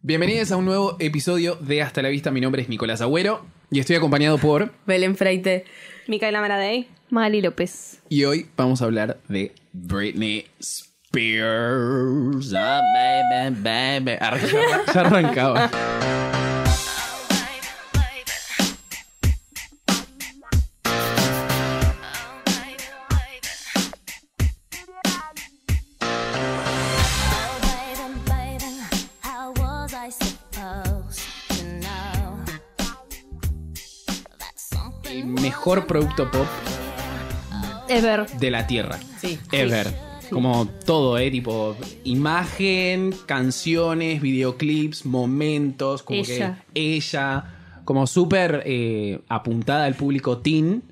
Bienvenidos a un nuevo episodio de Hasta la Vista. Mi nombre es Nicolás Agüero y estoy acompañado por. Belén Freite. Micaela Maradei. Mali López. Y hoy vamos a hablar de Britney Spears. Ah, baby, baby. Arre, ya- ya arrancaba. How was I supposed to know that something El mejor producto pop Ever. de la Tierra. Sí. Ever. Como todo, ¿eh? Tipo, imagen, canciones, videoclips, momentos. Como Ella. que ella. Como súper eh, apuntada al público teen.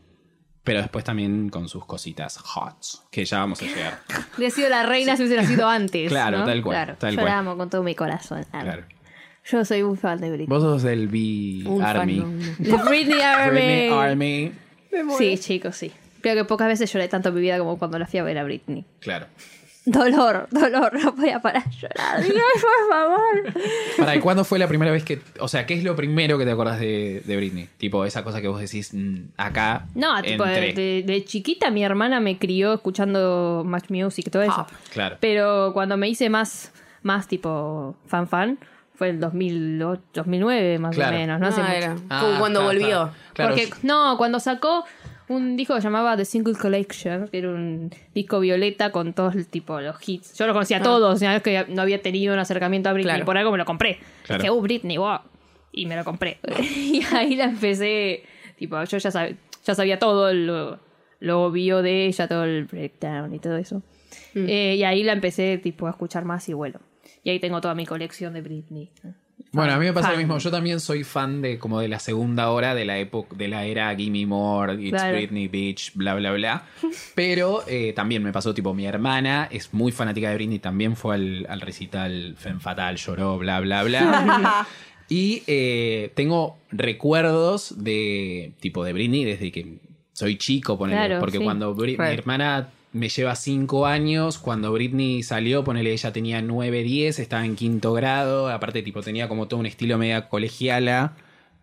Pero después también con sus cositas hot. Que ya vamos a llegar. Hubiera sido la reina si hubiera sido antes. Claro, ¿no? tal cual, Claro. tal Yo cual. la amo con todo mi corazón. Ah, Claro. Yo soy un fan de Britney. Vos sos del B Un fan, Army. no, no. De Britney Army. Britney Army. Sí, chicos, sí. Creo que pocas veces lloré tanto en mi vida como cuando la fui a ver a Britney. Claro. Dolor, dolor, no podía parar de llorar. Dios, por favor. Para, ¿y cuándo fue la primera vez que.? O sea, ¿qué es lo primero que te acordás de, de Britney? Tipo, esa cosa que vos decís mm, acá. No, tipo, entré. de, de- de chiquita mi hermana me crió escuchando Match Music y todo eso. Claro. Pero cuando me hice más, más tipo fan fan, fue el 2008, 2009 más Claro. o menos, no hace Ah, mucho. era. Ah, Como cuando claro, volvió. Claro, Porque, Claro, no, cuando sacó un disco que llamaba The Single Collection, que era un disco violeta con todos el tipo los hits. Yo lo conocía todos, ya que no había tenido un acercamiento a Britney, Claro. por algo me lo compré. Claro. Dije, uh, Britney, wow. Y me lo compré. y ahí la empecé, tipo, yo ya, sab- ya sabía todo lo, lo obvio de ella, todo el breakdown y todo eso. Eh, y ahí la empecé, tipo, a escuchar más y bueno. Y ahí tengo toda mi colección de Britney. Bueno, a mí me pasa lo Fan. mismo. Yo también soy fan de como de la segunda hora de la época, de la era Gimme More, It's Claro. Britney Beach, bla, bla, bla. Pero eh, también me pasó, tipo, mi hermana es muy fanática de Britney, también fue al, al recital Femme Fatal, lloró, bla, bla, bla. y eh, tengo recuerdos de, tipo, de Britney desde que soy chico, ponele, Claro, porque sí. cuando Brit- mi Claro. hermana me lleva cinco años. Cuando Britney salió, ponele, ella tenía 9, 10, estaba en quinto grado. Aparte, tipo, tenía como todo un estilo media colegiala.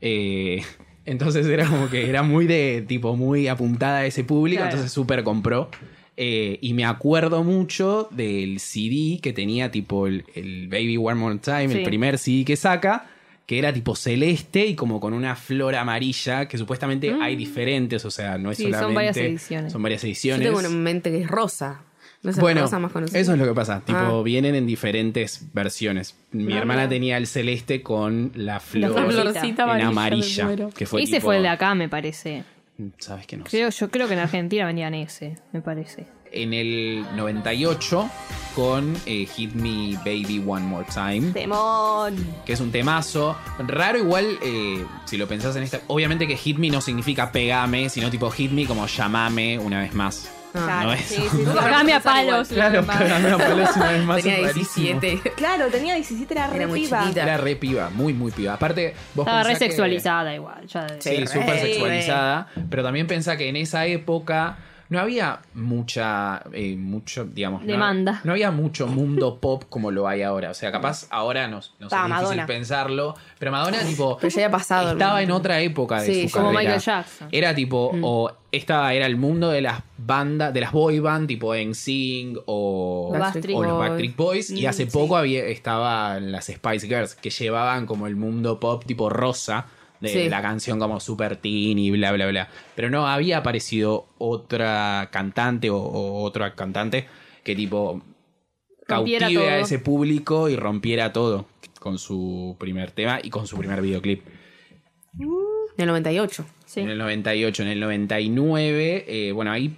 Eh, entonces era como que era muy de, tipo, muy apuntada a ese público. Claro. Entonces súper compró. Eh, y me acuerdo mucho del CD que tenía, tipo, el, el Baby One More Time, el Sí. primer CD que saca. Que era tipo celeste y como con una flor amarilla, que supuestamente hay diferentes, o sea, no es Mm. Sí, son solamente. varias ediciones. Son varias Yo ediciones. tengo una en mente que es rosa. No sé, Bueno, rosa más conocida. eso es lo que pasa. Tipo, Ah. vienen en diferentes versiones. Mi hermana tenía el celeste con la flor, florcita en amarilla, me amarilla. muero. Que fue ese tipo- fue el de acá, me parece. Sabes que no sé. Creo, yo creo que en Argentina vendían ese, me parece. En el 98 con eh, Hit Me Baby One More Time. Temón. que es un temazo. Raro igual, eh, si lo pensás en esta... Obviamente que hit me no significa pegame, sino tipo hit me como llamame una vez más. Ah. no es... Cambia palos. Claro, pegame a palos una vez más. Tenía es rarísimo. 17. Claro, tenía 17, era, Era re muy piba. chiquita. Era re piba, muy, muy piba. Aparte, vos pensá Estaba re que- sexualizada igual. ya de- Sí, re, súper re. sexualizada. Pero también pensá que en esa época no había mucha, eh, mucho, digamos... no- Demanda. No, había mucho mundo pop como lo hay ahora. O sea, capaz ahora nos, nos es Ah, difícil Madonna. pensarlo. Pero Madonna, tipo... Pero ya había pasado. Estaba hermano. en otra época de Sí, su como carrera. Michael Jackson. Era tipo, Mm. o estaba, era el mundo de las bandas, de las boy band, tipo NSYNC o, Backstreet o los Boys. Mm, Backstreet Boys. Y hace poco había, estaban las Spice Girls, que llevaban como el mundo pop tipo rosa, de Sí. la canción como Super Teen y bla, bla, bla. Pero no había aparecido otra cantante o, o otra cantante que tipo Rompiera cautive a todo. ese público y rompiera todo con su primer tema y con su primer videoclip. En el 98. Sí. En el 98, en el 99, eh, bueno, ahí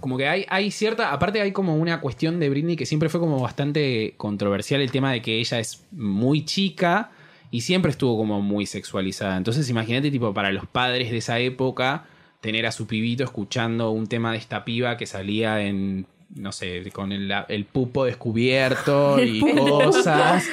como que hay, hay cierta, aparte hay como una cuestión de Britney que siempre fue como bastante controversial el tema de que ella es muy chica Y siempre estuvo como muy sexualizada. Entonces imagínate, tipo, para los padres de esa época, tener a su pibito escuchando un tema de esta piba que salía en, no sé, con el, el pupo descubierto y cosas.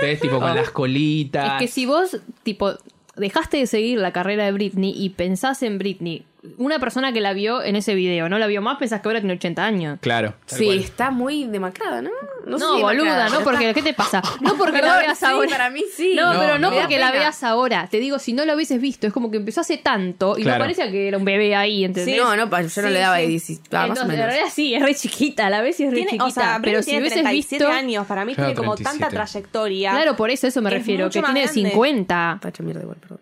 ¿Ves? Tipo, con las Es colitas. que si vos, tipo, dejaste de seguir la carrera de Britney y pensás en Britney, una persona que la vio en ese video, no la vio más, pensás que ahora tiene 80 años. Claro. tal Sí, cual. está muy demacrada, ¿no? No, sé si boluda, demacrada, no, pero porque está- ¿qué te pasa? No porque la Perdón, veas sí, ahora. para mí sí. No, pero no, me da porque la pena. veas ahora. Te digo, si no la hubieses visto, es como que empezó hace tanto y Claro. no parecía que era un bebé ahí, ¿entendés? Sí, no, no, pa- yo no Sí, le daba sí. 16, ah, más o Entonces, menos. En realidad sí, es re chiquita, la ves y es re Tiene, chiquita. o sea, pero Britney si tiene hubieses 37 visto. años. Para mí Claro, tiene como 37. tanta trayectoria. Claro, por eso eso me Es refiero, mucho que más tiene grande. 50. Pacho, mierda, igual, perdón.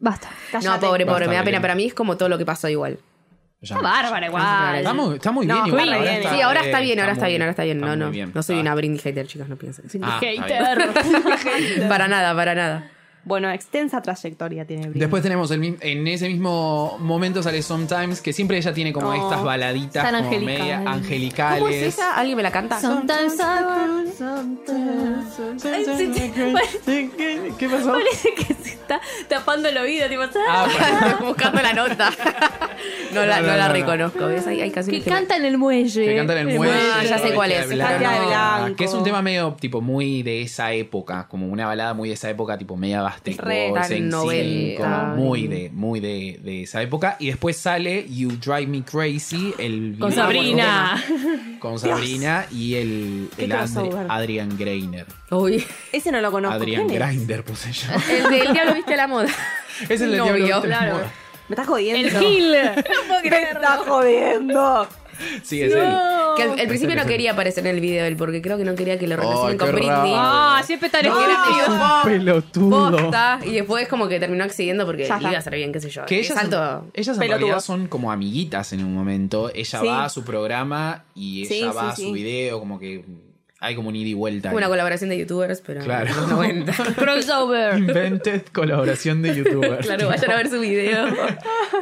Basta. No, Cállate. pobre, pobre, Basta, me da pena. Belén. Para mí es como todo lo que pasó igual. Ya. Está bárbara igual. Está muy, está muy No, bien, está igual, re ahora bien. está sí, ahora re- está bien, ahora está bien, ahora está bien. está No, muy no, bien, no soy está. una Britney hater, chicas, no piensen. eso. Ah, está bien. Hater. Para nada, para nada. Bueno, extensa trayectoria tiene Britney. Después tenemos el, mi- en ese mismo momento sale Sometimes, que siempre ella tiene como Oh, estas baladitas tan como angelical. media angelicales. ¿Cómo es esa? ¿Alguien me la canta? Sometimes I want- sometimes- ¿Qué pasó? Parece que se está tapando el oído, tipo, Ah, bueno. Buscando la nota. No la, No, no, no no, la no. reconozco. ¿Ves? Hay, hay que canciones que. canta en el muelle. Que cantan en el muelle. Ah, ya sé vestida cuál de es, se blanco. cambia de blanco. Que es un tema medio, tipo, muy de esa época. Como una balada muy de esa época, tipo, media basketball, Re tan Sensi, noventa. Como muy de, muy de, de esa época. Y después sale You Drive Me Crazy, el video Con Sabrina. Con Sabrina y el, Qué el Adri- crossover. Adrian Greiner. Uy. Ese no lo conozco. Adrian ¿Quién es? Grinder puse yo. El del diablo viste a la moda. Es el del No, Diablo yo, Viste la claro. Moda. Me estás jodiendo. El Gil. Me estás jodiendo. Sí, es él. Que al, al principio no quería aparecer en el video él, porque creo que no quería que lo Ay, relacionen qué con Britney. raro. Ah, siempre está en No, era medio po- Pelotudo. posta, Y después como que terminó accediendo porque le Ya está. iba a ser bien, qué sé yo. Que Y ellas, salto. ellas en Pelotudo. realidad son como amiguitas en un momento. Ella Sí. va a su programa y ella Sí, sí, va a su sí. video, como que hay como un ida y vuelta. Fue una ahí. colaboración de youtubers, pero. Claro. No cuenta. Crossover. Invented colaboración de youtubers. Claro, vayan a ver su video.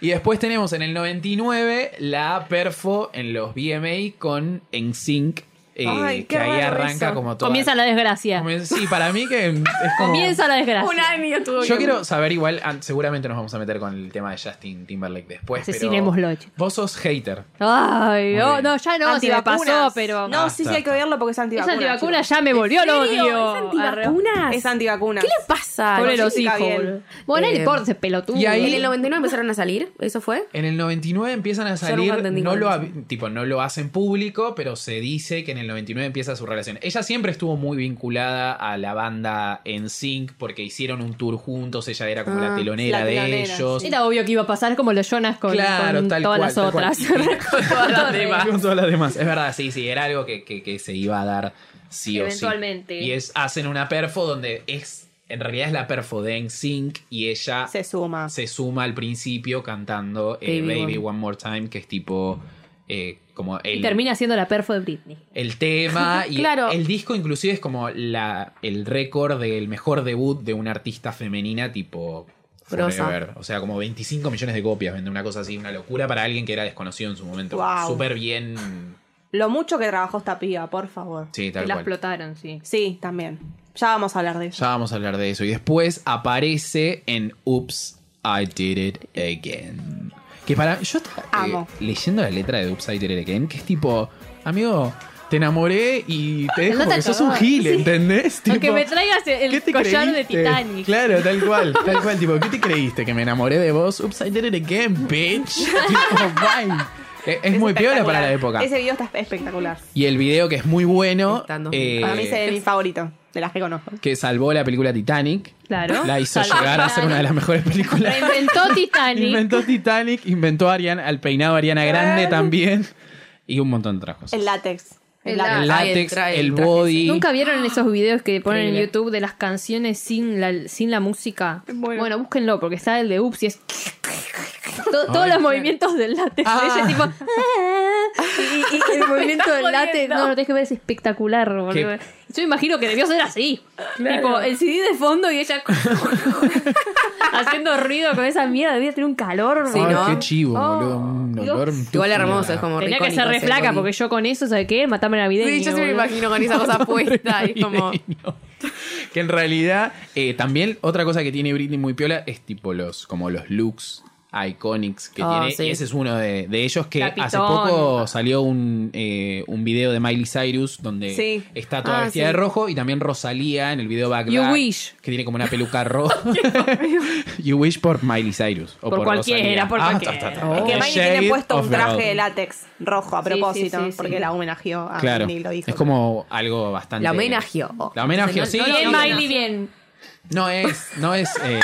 Y después tenemos en el 99 la perfo en los BMA con NSYNC. eh, Ay, qué que ahí raro arranca eso. como todo. Comienza la desgracia. Sí, para mí que es como... Comienza la desgracia. Un año tuvo Yo que- quiero saber igual, an- seguramente nos vamos a meter con el tema de Justin Timberlake después. Asesinémoslo, Pero chicos. vos sos hater. Ay, Muy oh, bien. no, ya no, si me pasó, Antivacunas. pero. No, sí, sí, hay que verlo porque es Esa antivacuna. antivacuna ya me volvió el odio. ¿Es Arre- antivacunas? Es antivacuna. ¿Qué le pasa? Pobre no, los sí, hijos. Gabriel. boludo. Bueno, no Eh, le importa, ese pelotudo. y ahí- En el 99 empezaron a salir, ¿eso fue? En el 99 empiezan a nunca salir, entendí no cuál lo, es. hab- tipo, no lo hacen público, pero se dice que en el 99 empieza su relación. Ella siempre estuvo muy vinculada a la banda en Sync porque hicieron un tour juntos, ella era como Ah, la telonera la de telonera, ellos. Era obvio que iba a pasar como los Jonas con, Claro, con tal todas cual, las tal cual. otras. Con todas las Torres. demás. Con todas las demás. Es verdad, sí, sí, era algo que, que- que se iba a dar sí o sí. Eventualmente. Y es, hacen una perfo donde es, en realidad es la perfo de NSYNC y ella Se suma. se suma al principio cantando eh, Baby, Baby One. More Time, que es tipo eh, como el, Y termina siendo la perfo de Britney. el tema. Y Claro. el disco inclusive es como la, el récord del mejor debut de una artista femenina tipo... Grosa. Forever. O sea, como 25 millones de copias vende una cosa así, una locura para alguien que era desconocido en su momento. Wow. Súper bien. Lo mucho que trabajó esta piba, por favor. Sí, Que tal la cual. explotaron, sí. Sí, también. Ya vamos a hablar de eso. Ya vamos a hablar de eso. Y después aparece en Oops, I Did It Again. Que para. Yo estaba eh, Amo. leyendo la letra de Oops, I Did It Again, que es tipo, amigo, te enamoré y te dejo Andate porque a sos un cagar. gil, ¿entendés? Aunque Tipo, me traigas el ¿qué te collar de creíste? Titanic. Claro, tal cual, tal cual. Tipo, ¿qué te creíste? ¿Que me enamoré de vos? Oops, I Did It Again, bitch. tipo, bye. Es, es muy piola para la espectacular. época. Ese video está espectacular. Y el video que es muy bueno. Estando. eh, Para mí es el- mi favorito, de las que conozco. que salvó la película Titanic. Claro. La hizo Salvó llegar a ser Titanic. una de las mejores películas. Reinventó Titanic. inventó Titanic, inventó a Ariana, al peinado de Ariana Grande también. Y un montón de otras cosas. El látex. El El látex. látex. El Ay, el látex, traje, el el traje, body. Nunca vieron esos videos que ponen en ¡Ah! Increíble. YouTube de las canciones sin la, sin la música. Bueno. Bueno. búsquenlo porque está el de Ups y es. To- todos los movimientos del látex. Ah. Ella tipo. y, y- y el movimiento del látex. No, lo tenés que ver, es espectacular, boludo. Qué- Yo imagino que debió ser así. Tipo, el CD de fondo y ella. haciendo ruido con esa mierda. Debía tener un calor, Sí, boludo. Ay, ¿no? qué chivo, Oh, boludo. Un Dios. olor, un Igual tufo, hermoso, nada. es como Tenía que ricónico ser re ese flaca body. porque yo con eso, ¿sabes qué? Matame navideño. Sí, yo se me boludo. imagino con esa cosa puesta y como. Navideño. Que en realidad, eh, también otra cosa que tiene Britney muy piola es tipo los, como los looks iconics que Ah, tiene. sí. Y ese es uno de, de ellos que hace Capitón. poco salió un, eh, un video de Miley Cyrus donde Sí. está toda Ah, vestida sí. de rojo y también Rosalía en el video Back You Black, wish. que tiene como una peluca roja. you wish por Miley Cyrus. O Por por, cualquiera, Rosalía. por Ah, cualquiera. ta, ta, ta. Oh. Y que The Miley Shade tiene puesto of un traje Brown. de látex rojo a Sí, propósito, sí, sí, sí. porque la homenajeó a Claro, Britney, lo dijo. es como algo bastante... La homenajeó. La homenajeó, Entonces, sí. no- no lo Bien, digan. Miley, bien. No es, no es... eh,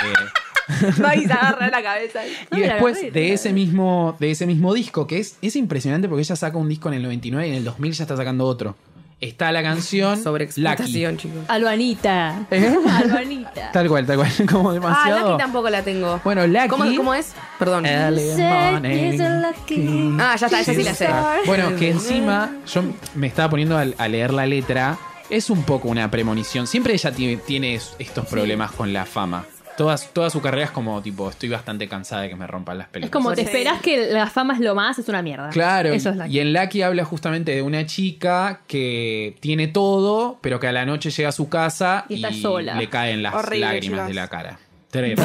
Va y se agarra la cabeza. Y después de ese mismo de ese mismo disco, que es, es impresionante porque ella saca un disco en el 99 y en el 2000 ya está sacando otro. Está la canción Sobre Lucky. explotación, chicos. Albanita. ¿Eh? Albanita. Tal cual, tal cual, como Ah, demasiado. Lucky tampoco la Eh, tengo. bueno, Lucky. ¿Cómo, cómo es? Perdón. Early morning. Ah, ya está, esa sí la sé. Bueno, que encima yo me estaba poniendo al- a, leer la letra. Es un poco una premonición. Siempre ella ti- tiene es- estos problemas con la fama. Todas, toda su carrera es como tipo, estoy bastante cansada de que me rompan las pelotas. Es pues como te esperas que la fama es lo más, es una mierda. Claro, Eso es la y en Lucky habla justamente de una chica que tiene todo, pero que a la noche llega a su casa y, Y está sola. le caen las Horrible, lágrimas chicas. de la cara. Terrible.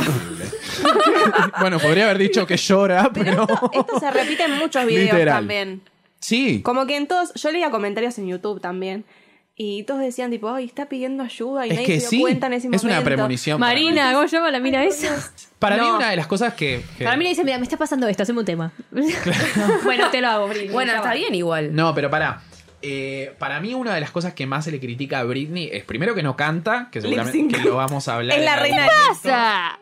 bueno, podría haber dicho que llora, pero... Esto, esto se repite en muchos videos Literal. también. Sí. Como que en todos, yo leía comentarios en YouTube también. Y todos decían, tipo, ay, está pidiendo ayuda y Es nadie que se dio sí. cuenta en ese Es momento. una premonición. para mí. Marina, ¿cómo se llama la mina esa? Para mí No. una de las cosas que... que- Para mí le dicen, mira, me está pasando esto, haceme un tema. bueno, te lo hago, Britney. Bueno, ya está va. bien igual. No, pero pará. Eh, para mí una de las cosas que más se le critica a Britney es primero que no canta, que seguramente sync. que lo vamos a hablar. Es en la reina del Pasa.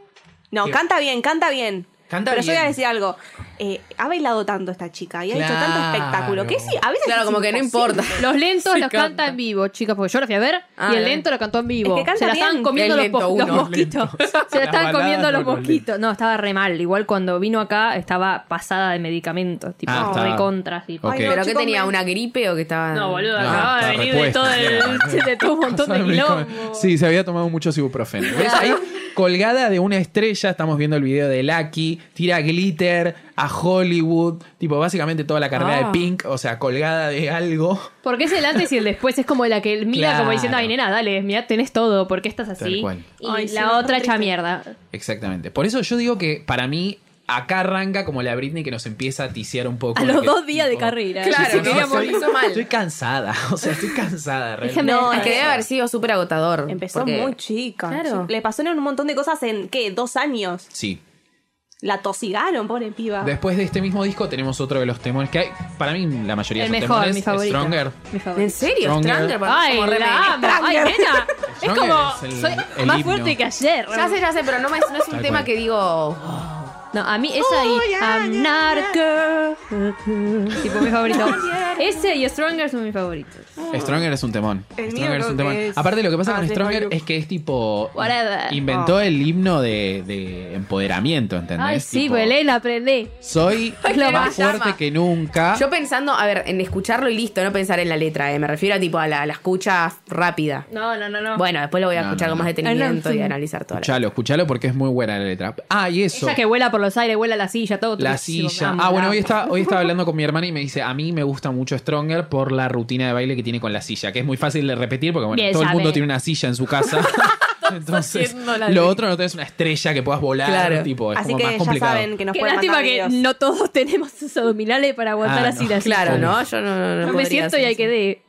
No, Que- canta bien, canta bien. Canta Pero yo bien. voy a decir algo. Eh, ha bailado tanto esta chica y ha hecho Claro. tanto espectáculo. Que sí, a veces. Claro, es como que no imposible. importa. Los lentos Sí, los canta. canta. en vivo, chicas, porque yo la fui a ver Ah, y el bien. lento lo cantó en vivo. Es que canta se la estaban bien. comiendo El los, po- lento los uno. mosquitos. Se la Las estaban baladas comiendo no los con mosquitos. No, estaba re mal. Igual cuando vino acá estaba pasada de medicamentos, tipo Ah, estaba- recontra, así. Ok. Ay, ¿Pero qué chicos, tenía? me- ¿Una gripe o que estaba.? No, boludo, No, acababa de está venir de repuesta, todo, el, claro. de todo un montón de Pasame el quilombo. comen- Sí, se había tomado mucho ibuprofeno. ¿Ves? Ahí, colgada de una estrella, estamos viendo el video de Lucky, tira glitter a Hollywood, tipo básicamente toda la carrera de Ah. Pink, o sea, colgada de algo. Porque es el antes y el después, es como la que mira Claro. como diciendo, ay nena, dale, mira, tenés todo, ¿por qué estás Tal así? cual. Y Ay, sí, la no, está otra hecha triste. mierda. Exactamente. Por eso yo digo que para mí acá arranca como la Britney que nos empieza a ticiar un poco. A de los que, dos días de tipo, carrera. ¿eh? Claro, Sí, sí, ¿no? digamos, Soy- hizo mal. Estoy cansada, o sea, estoy cansada. realmente. Déjame- Es que debe haber sido súper agotador. Empezó porque- muy chica. Claro. Le pasaron un montón de cosas en, ¿qué? Dos años. Sí. La tosigaron, pobre piba. Después de este mismo disco tenemos otro de los temones que hay. Para mí la mayoría El de los mejor, mi temones favorito. Stronger. Mi favorito. ¿En serio? Stronger. Stranger, para mí es Ay, como re la amo. Ay, nena. Es Stronger como. es el- soy el más himno. fuerte que ayer. Ya sé, ya sé, pero no, me- no es Tal un tema cual. que digo. Ah. No, a mí esa y I'm not a girl. Tipo mi favorito. Ese y Stronger son mis favoritos. Stronger es un temón. El mío Stronger es creo un que temón. es- Aparte, lo que pasa Ah, con Death by Stronger Loop. es que es tipo. Whatever. Oh. Inventó el himno de, de empoderamiento, ¿entendés? Ay, sí, pues, Tipo, Belén, aprendí. Soy Ay, la más llama. fuerte que nunca. Yo pensando, a ver, en escucharlo y listo, no pensar en la letra, eh, me refiero a tipo a la, a la escucha rápida. No, no, no, no. Bueno, después lo voy a No, escuchar no, con más no. detenimiento Ah, no, y sí. analizar todo. Escuchalo, escuchalo porque es muy buena la letra. Ah, y eso. Ella que vuela por los aires, vuela la silla, todo. La turísimo. silla. Amo, Ah, bueno, la hoy amo. estaba, hoy estaba hablando con mi hermana y me dice, a mí me gusta mucho Stronger por la rutina de baile que tiene con la silla, que es muy fácil de repetir porque, bueno, Bien, todo el sabe. mundo tiene una silla en su casa. Entonces, haciendo la lo de- otro no tenés una estrella que puedas volar, Claro. tipo, es Así como más que ya complicado. saben que nos Qué pueden lástima mandar que videos. no todos tenemos sus abdominales para aguantar Ah, así no. la silla. Claro, Sí. ¿no? Yo no, no, no Yo me podría siento hacer y ahí eso. quedé.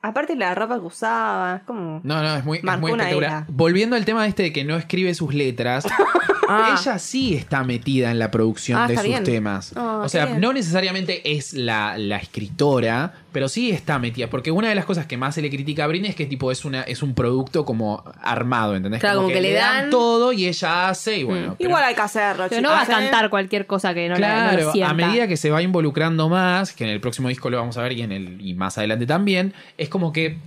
Aparte la ropa que usaba, es como... No, no, es muy, es Marcó muy una espectacular. era. Volviendo al tema este de que no escribe sus letras, Ah. ella sí está metida en la producción Ah, de está sus bien. Oh, temas. Ah, o qué sea, bien. no necesariamente es la, la escritora, pero sí está metida. Porque una de las cosas que más se le critica a Britney es que tipo es una es un producto como armado, ¿entendés? Claro, como que le dan- todo y ella hace y bueno. pero- Igual hay que hacerlo, Pero chicos. no va a ¿eh? cantar cualquier cosa que no la no Claro, lo sienta. a medida que se va involucrando más, que en el próximo disco lo vamos a ver y en el y más adelante también, es como que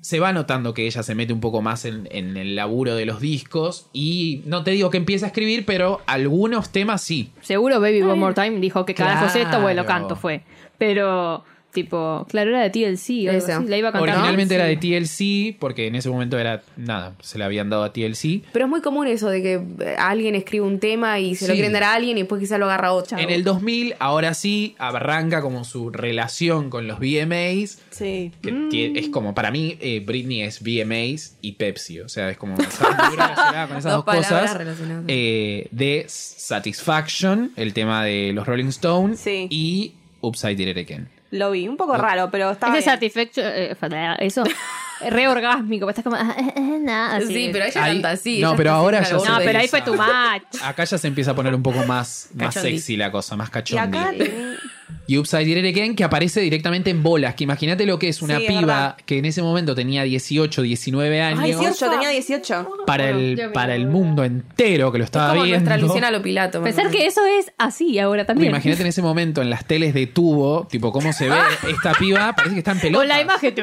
se va notando que ella se mete un poco más en, en el laburo de los discos y no te digo que empieza a escribir, pero algunos temas sí. Seguro Baby One More Time dijo que carajo es esto, bueno, Claro. canto fue. Pero tipo, claro, era de TLC. o algo Eso. así, La iba a cantar. Originalmente ¿no? era de Sí. TLC, porque en ese momento era nada, se la habían dado a TLC. Pero es muy común eso de que eh, alguien escribe un tema y se lo Sí. quieren dar a alguien y después quizá lo agarra otro. En el 2000, ahora sí, arranca como su relación con los VMAs. Sí. Que tie- es como, para mí, eh, Britney es VMAs y Pepsi. O sea, es como esa figura relacionada con esas dos, Dos palabras cosas. relacionadas. eh, de Satisfaction, el tema de los Rolling Stones. Sí. Y Upside Did It Again. Lo vi, un poco raro, pero estaba. Ese bien. satisfecho, eh, fa- eso, reorgásmico, pues estás como, ah, eh, eh, nada, así. sí, pero ella Ahí- canta así. no, ella pero está ahora haciendo ya No, algo se- pero de- ahí fue tu match. Acá ya se empieza a poner un poco más, más Cachondi. sexy la cosa, más Y acá cachondi. tenía- Y Upside Did It Again que aparece directamente en bolas. Que imagínate lo que es una Sí, es piba verdad. que en ese momento tenía 18, 19 años. Ay, 18, tenía 18. para el, para el mundo entero que lo Es estaba como viendo. nuestra Luciana Lopilato. más o Pensar menos. que eso es así ahora también. Imagínate en ese momento en las teles de tubo, tipo cómo se ve esta piba, parece que está en pelota. Con la imagen.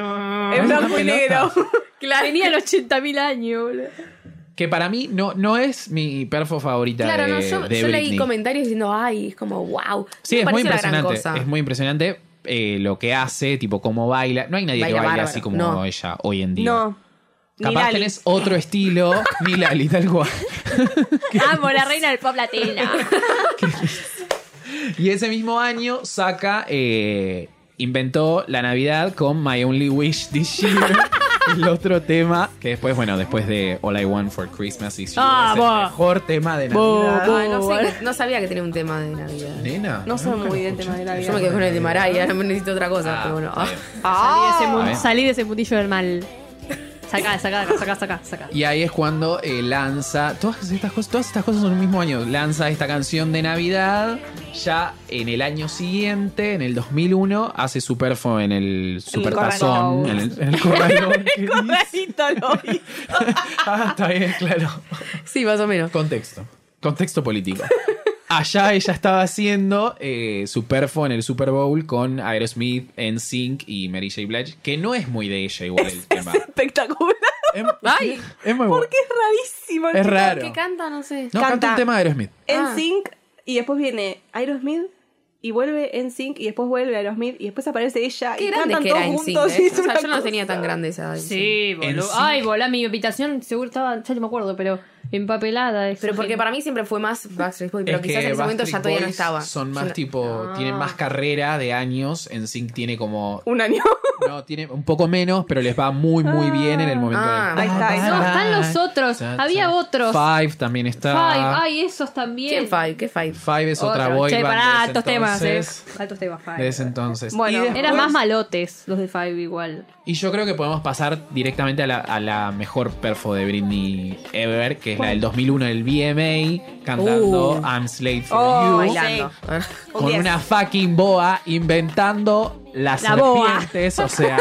En blanco y negro. Claro, tenía los 80.000 años, boludo. Que para mí no, no es mi perfo favorita Claro, de, no, yo, de yo leí Britney. comentarios diciendo, ay, es como, wow. Sí, No es muy parece la gran impresionante. cosa. Es muy impresionante eh, lo que hace, tipo cómo baila. No hay nadie Baila que baile bárbaro, así como no. ella hoy en día. No. Ni Capaz Lali. tenés otro estilo, ni Lali, tal cual. Amo la reina del pop latino. Y ese mismo año saca, eh, inventó la Navidad con My Only Wish This Year. El otro tema, que después, bueno, después de All I Want for Christmas Is You, Ah, es el vos. mejor tema de Navidad. Ay, no, sé que- no sabía que tenía un tema de Navidad. Nena. No sé muy bien tema de la Yo me quedé vida. con el de Maraya, no me necesito otra cosa, Ah, pero bueno. está bien. Ah, A ver. Salí de ese mundillo del mal. Sacá, sacá, sacá, sacá, sacá. Y ahí es cuando eh, lanza. Todas estas cosas, todas estas cosas son el mismo año. Lanza esta canción de Navidad. Ya en el año siguiente, en el 2001, hace Superfo en el Supertazón. En corralón. el, en el corralón. Corralito lo vi. ah, está bien, claro. Sí, más o menos. Contexto. Contexto político. Allá ella estaba haciendo eh, Superfo en el Super Bowl con Aerosmith, NSYNC y Mary J. Blige, que no es muy de ella igual el tema. Espectacular. Es, Ay, es muy bueno. Porque es rarísimo. Es raro. ¿Qué canta? No sé. No, canta un Canta. tema de Aerosmith. En Ah. Sync y después viene Aerosmith y vuelve En Sync y después vuelve Aerosmith y después aparece ella Qué y grande cantan que todos era en sí. juntos. y es O sea, una yo no cosa. tenía tan grande esa edad. Sí, boludo. sí. Ay, volá, mi habitación seguro estaba, ya no me acuerdo, pero empapelada. esa Pero porque gente. para mí siempre fue más Backstreet Boys, pero Es quizás que en ese momento ya Backstreet todavía no Boys estaba. Son Yo más no- tipo, Ah. tienen más carrera de años. En Sync tiene como. Un año. No, tiene un poco menos, pero les va muy, muy bien en el momento. Ah. de- Ahí está, ahí ¿eh? No, están los otros. Ta, ta. Había otros. Five también está. Five. Ay, esos también. ¿Quién five? ¿Qué five? Five es otra Otro. boy Che, band pará, de ese altos temas, eh. entonces. Altos temas, Five. De ese entonces. Bueno, y, después- Eran más malotes los de Five igual. y yo creo que podemos pasar directamente a la, a la mejor perfo de Britney ever, que es la del 2001 del VMA, cantando Uh. I'm Slave for Oh, You. Bailando. con una fucking boa inventando las La boa. serpientes. O sea,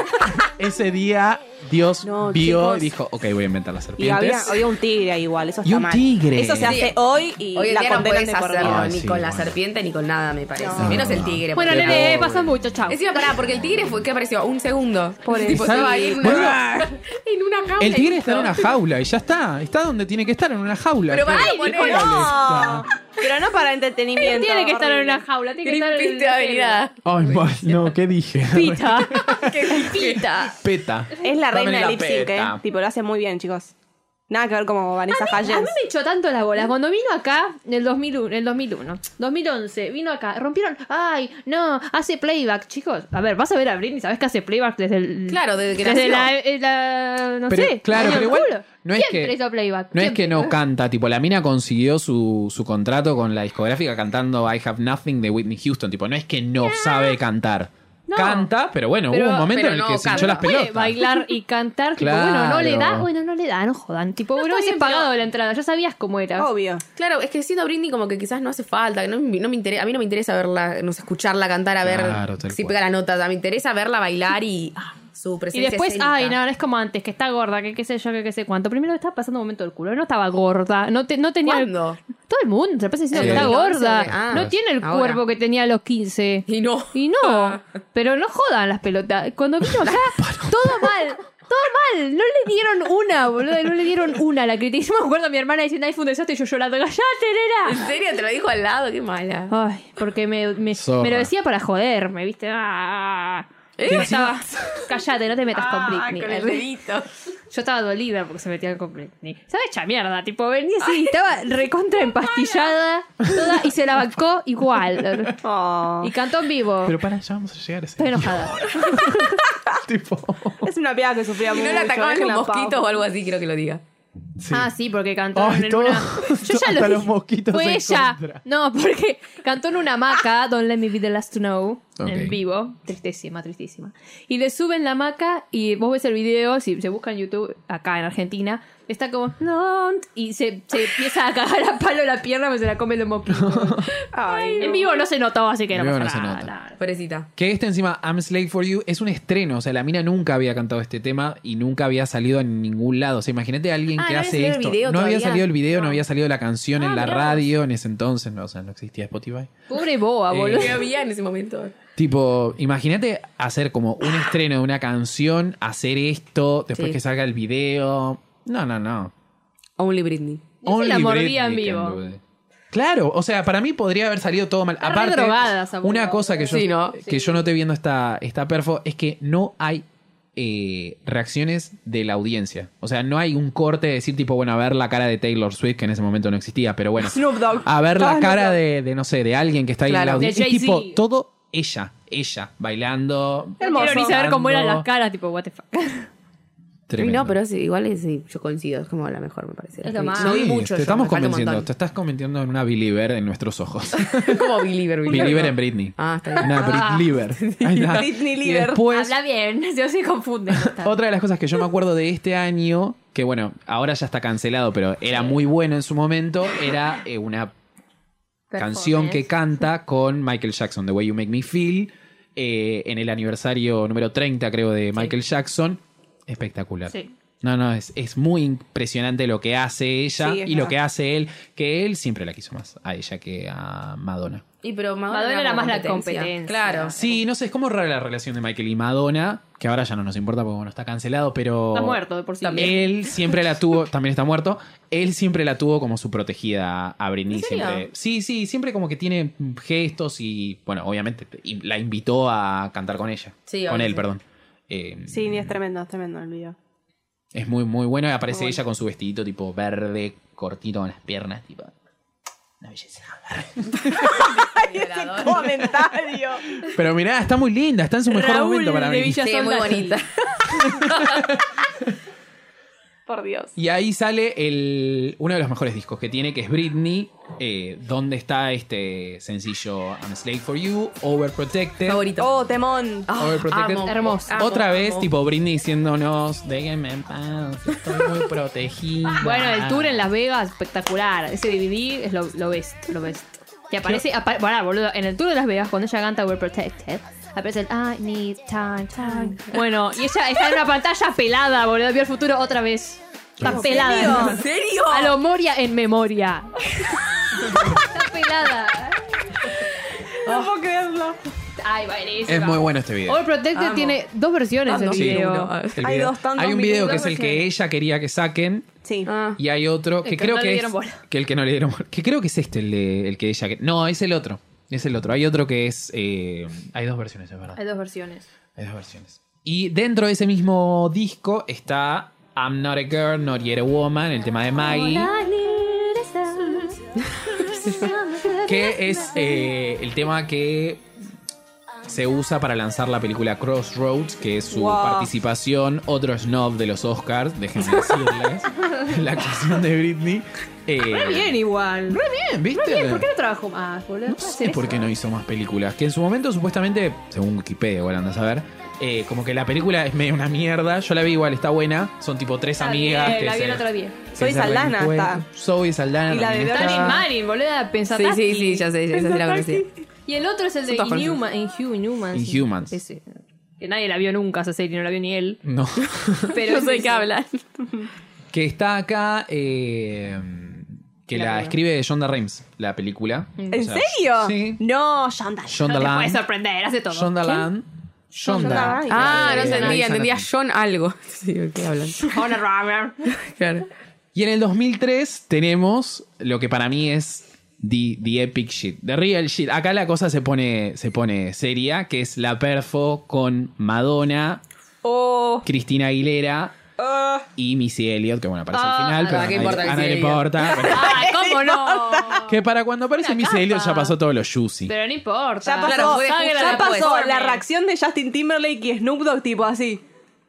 ese día Dios No, vio chicos. y dijo, ok, voy a inventar las Y había, serpientes. había un tigre ahí igual, eso Y está un mal. tigre. Eso se hace Sí. hoy y Hoy en la día no condenan puedes de por vida. hacerlo Ah, ni sí, con la bueno. serpiente ni con nada, me parece. No. Menos el tigre. Bueno, porque- nene, eh, pasa mucho, chao. Encima, pará, porque el tigre fue que apareció un segundo. Por Y sale- estaba ahí en Bueno, una, en una jaula. El y tigre está en listo. una jaula y ya está. Está donde tiene que estar, en una jaula. Pero ¿Qué- pará, qué ponelo. jaula está? No, pero no para entretenimiento. Tiene que estar en una horrible. jaula, tiene que estar en Greenpeace te va a venir a- Ay, mal, no, ¿qué dije? Pita. Pita. Peta. Es la Dame reina la del lip sync, eh. peta. Tipo, lo hace muy bien, chicos. Nada que ver como Vanessa A Hudgens. mí me echó tanto las bolas. Cuando vino acá, en el 2001, en el 2001, 2011, vino acá, rompieron. Ay, no, hace playback, chicos. A ver, vas a ver a Britney, ¿sabes que hace playback desde el. Claro, desde que desde nació. la, eh, la- No Pero, sé. claro, año pero del igual culo. no es Siempre que- hizo playback. No es siempre. que no canta, tipo, la mina consiguió su, su contrato con la discográfica cantando I Have Nothing de Whitney Houston. Tipo, no es que no sabe cantar. Ah. No. Canta, pero bueno, Pero- hubo un momento pero en el no que se hinchó canta. las Puede pelotas. bailar y cantar, tipo, bueno, no le da, Claro. bueno, no le da, no jodan. Tipo, bueno, está hubiese bien, pagado pero- la entrada, ya sabías cómo era. Obvio. Claro, es que siendo Britney como que quizás no hace falta, que no, me- no me interesa, a mí no me interesa verla, no sé, escucharla cantar, a ver Claro, tal si cual. pega la nota, o sea, me interesa verla bailar y ah, su Y presencia después, escénica. ay, no, no es como antes, que está gorda, que qué sé yo, que qué sé cuánto. Primero estaba pasando un momento del culo, no estaba gorda, no, te- no tenía... ¿Cuándo? Todo el mundo se pasa diciendo Sí. que está No, eso gorda, de- ah, no tiene el ahora. Ah. cuerpo que tenía a los 15. Y no. Y no, pero no jodan las pelotas. Cuando vino acá, todo mal, todo mal. No le dieron una, boludo, no le dieron una. La crítica, yo me acuerdo a mi hermana diciendo, ay, fue un desastre, y yo llorando, callate, nena. ¿En serio? Te lo dijo al lado, qué mala. Ay, porque me, me, Zorra. me lo decía para joderme, ¿viste? Ah. Yo estaba- Cállate, no te Ah, metas con Britney. dedito. Yo estaba dolida porque se metían con Britney. ¿Sabes hecha mierda? Tipo, venía así, estaba recontra empastillada toda, y se la bancó igual. Oh. Y cantó en vivo. Pero para, ya vamos a llegar a ese. Estoy enojada. tipo. Es una piada que sufría Y mucho. no la atacaban déjenla los en paz. mosquitos o algo así, creo que lo diga. sí. Ah, sí, porque cantó Ay, en todo- una. Yo ya lo hasta dije. los mosquitos Fue en ella. contra. No, porque cantó en una hamaca, Don't Let Me Be the Last to Know, Ok. en vivo. Tristísima, tristísima. Y le suben la hamaca y vos ves el video, si se busca en YouTube, acá en Argentina, está como, no, y se, se empieza a cagar a palo la pierna, me se la come los mosquitos. Ay, en vivo no se notó, así que En no vivo pasa no se nada, nota. nada. Pobrecita. Que este encima, I'm Slave for You, es un estreno. O sea, la mina nunca había cantado este tema y nunca había salido en ningún lado. O sea, imagínate a alguien Ah, que no había hace salido el esto. video no había todavía. salido el video, no. había salido la canción Ah, en la mirá vos. radio en ese entonces. No, o sea, no existía Spotify. Pobre boa, Eh, boludo. ¿Qué había en ese momento? Tipo, imagínate hacer como un estreno de una canción, hacer esto, después Sí. que salga el video. No, no, no. Only Britney. se la Only mordía Britney en can vivo. do it. Claro, o sea, para mí podría haber salido todo mal. Está re Aparte, drogada esa boluda, una cosa que yo, Sí, ¿no? que yo noté viendo esta, esta perfo es que no hay eh, reacciones de la audiencia. O sea, no hay un corte de decir, tipo, bueno, a ver la cara de Taylor Swift, que en ese momento no existía, pero bueno. Snoop Dogg. A ver la Todas cara Snoop Dogg. de, de, no sé, de alguien que está ahí en Claro, la de audiencia. Es Jay-Z. tipo, todo ella, ella, bailando. No quiero ni saber cómo eran cantando. las caras, tipo, what the fuck. Tremendo. No, pero sí, igual es, sí, yo coincido, es como la mejor, me parece. Es lo más. No vi Sí, mucho. Te yo, estamos me falta un convenciendo. Te montón. estás convirtiendo en una believer en nuestros ojos. como believer, believer. believer ¿no? en Britney. Ah, está bien. Una Britliever. Ahí está. Britney Y Lieber. después, Habla bien, yo se confunde. no está. otra de las cosas que yo me acuerdo de este año, que bueno, ahora ya está cancelado, pero era muy bueno en su momento, era eh, una canción que canta con Michael Jackson, The Way You Make Me Feel, eh, en el aniversario número 30, creo, de Michael Jackson. Espectacular. Sí. No, no, es, es muy impresionante lo que hace ella Sí, y es lo verdad. que hace él, que él siempre la quiso más a ella que a Madonna. Y pero Madonna, Madonna era como más la competencia. Claro. Sí, no sé, es como rara la relación de Michael y Madonna, que ahora ya no nos importa porque bueno, está cancelado, pero... Está muerto de por sí. Él siempre la tuvo, también está muerto, él siempre la tuvo como su protegida a Britney. ¿En serio? Siempre. Sí, sí, siempre como que tiene gestos y, bueno, obviamente y la invitó a cantar con ella. Sí, con obvio, él, sí. perdón. Eh, Sí, ni es tremendo, es tremendo el video. Es muy, muy bueno y aparece ella con su vestidito tipo verde, cortito con las piernas, tipo... Una belleza. Comentario. Pero mirá, está muy linda, está en su mejor Raúl momento para de mí. Villa Sí, muy Soldati. bonita. Por Dios. Y ahí sale el, uno de los mejores discos que tiene, que es Britney. eh, ¿Dónde está este sencillo I'm Slave for You? Overprotected. Favorito. Oh, temón. Ah, Overprotected. amo, Hermoso. amo, Otra vez, amo. tipo Britney diciéndonos, déjenme en paz, estoy muy protegida. Bueno, el tour en Las Vegas, espectacular. Ese DVD es lo, lo best, lo best. Que aparece, apa- pará, boludo, en el tour de Las Vegas, cuando ella canta We're Protected, aparece el I need time, time. Bueno, y ella está en una pantalla pelada, boludo, vio el futuro otra vez. Está pelada. ¿En serio? A lo Moria en memoria. está pelada. No puedo creerlo. Ay, buenísimo. Es muy bueno este video. Overprotected Amo. tiene dos versiones Ah, del no, sí, video. uno. El Hay video. dos tantos Hay un videos, video que es el sí. que ella quería que saquen. Sí. Ah. Y hay otro El que, que creo no que le es dieron bola. que el que no le dieron bola. que creo que es este el, de- el que ella que- no es el otro es el otro hay otro que es eh, hay dos versiones es verdad Hay dos versiones. hay dos versiones y dentro de ese mismo disco está I'm not a girl not yet a woman el tema de Maggie que es eh, el tema que se usa para lanzar la película Crossroads, que es su Wow. participación, otro snob de los Oscars, déjenme decirles, la actuación de Britney. Eh, Bien igual. Re bien, ¿viste? ¿Por qué no trabajo más, boludo? No sé por qué no hizo más películas. Que en su momento, supuestamente, según Wikipedia, igual andas a ver, eh, como que la película es medio una mierda. Yo la vi igual, está buena. Son tipo tres amigas. que Eh, la vi se- el otro día. que Zoe se Saldana reencuentran. Zoe Saldana. Y la también de está. Danny Marin, boluda, Sí, pensataki. sí, sí, ya sé, ya sé, sí la conocí. Y el otro es el de Son todas Inhuman, Inhumans. Inhumans. Ese. Que nadie la vio nunca esa serie, no la vio ni él. No. Pero no sé de ese- qué hablan. que está acá. eh, que la, escribe Shonda Rhimes, la película. ¿En O sea, serio? Sí. No, Shonda. Shonda Mm. No te puede Land. sorprender, hace todo. Shonda Land. Shonda. Shonda. Ah, no Eh, entendía, Grey's entendía Anatomy. John algo. Sí, ¿de qué hablan? Honor Robert. Claro. Y en el 2003 tenemos lo que para mí es the, the epic shit, the real shit. Acá la cosa se pone, se pone seria, que es la perfo con Madonna, Oh. Cristina Aguilera Ah. y Missy Elliot, que bueno, aparece Ah, al final, ah, pero ¿qué a nadie- importa a Missy nadie le Elliot? importa. Pero- Ah, ¿cómo no? que para cuando aparece Una Missy Elliot ya capa. pasó todos los juicy. Pero no importa. Ya pasó, Claro, fue Sagra justo la ya pasó conforme. la reacción de Justin Timberlake y Snoop Dogg, tipo así.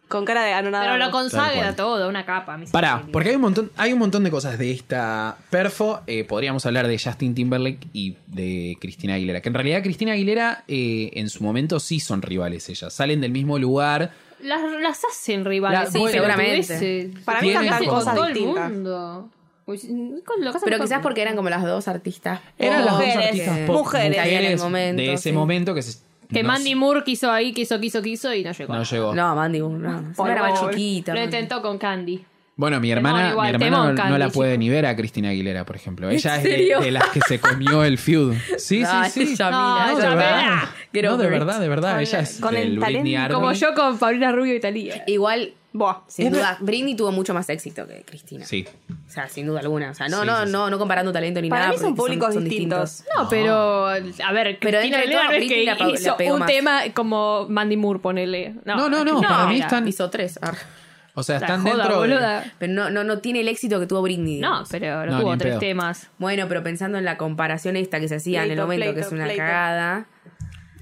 Con cara de anonadado. Pero lo Tal cual. consagra todo, una capa. mis Pará, queridos. porque hay un montón, hay un montón de cosas de esta perfo. Eh, podríamos hablar de Justin Timberlake y de Cristina Aguilera. Que en realidad Cristina Aguilera eh, en su momento sí son rivales ellas. Salen del mismo lugar. Las, las hacen rivales. La- sí, sí, seguramente. seguramente. Para mí cantan cosas todo distintas. el mundo. Uy, con- lo que hacen Pero con- quizás porque eran como las dos artistas. Eran las dos Mujeres, artistas eh, pop, mujeres. Ahí en el momento, de ese sí. momento que se. Que no Mandy se- Moore quiso ahí, quiso, quiso, quiso y no llegó. No llegó. No, Mandy, no. Por era más favor. chiquita. Lo Mandy. intentó con Candy. Bueno, mi Temón hermana, igual, mi hermana temón, no- no, Candy, la chico. puede ni ver a Cristina Aguilera, por ejemplo. Ella es de- serio? de, las que se comió el feud. Sí, Dale, sí, sí. Yamila, no, de Yamila. verdad, Get No, de over it. verdad, de verdad. Ella es Con el del Britney talento. Como Arnold. yo con Paulina Rubio y Talía. Igual, Buah. sin duda, Britney tuvo mucho más éxito que Cristina. Sí. O sea, sin duda alguna. O sea, no, Sí, no, sí, sí. no, no comparando talento ni Para nada. mí son porque públicos distintos. No, pero. A ver, Pero dentro de Cristina Aguilera todo, no es Britney que la pa- la hizo pegó un más. tema como Mandy Moore, ponele. No, No, no, no, para mí era- están- Hizo tres. ar. O sea, la están joda, dentro. de- boluda. Pero no, no, no tiene el éxito que tuvo Britney. No, pero no, No, ni tuvo en tres pedo. temas. Bueno, pero pensando en la comparación esta que se hacía en el Pleito, momento, que pleito, es una pleito. cagada.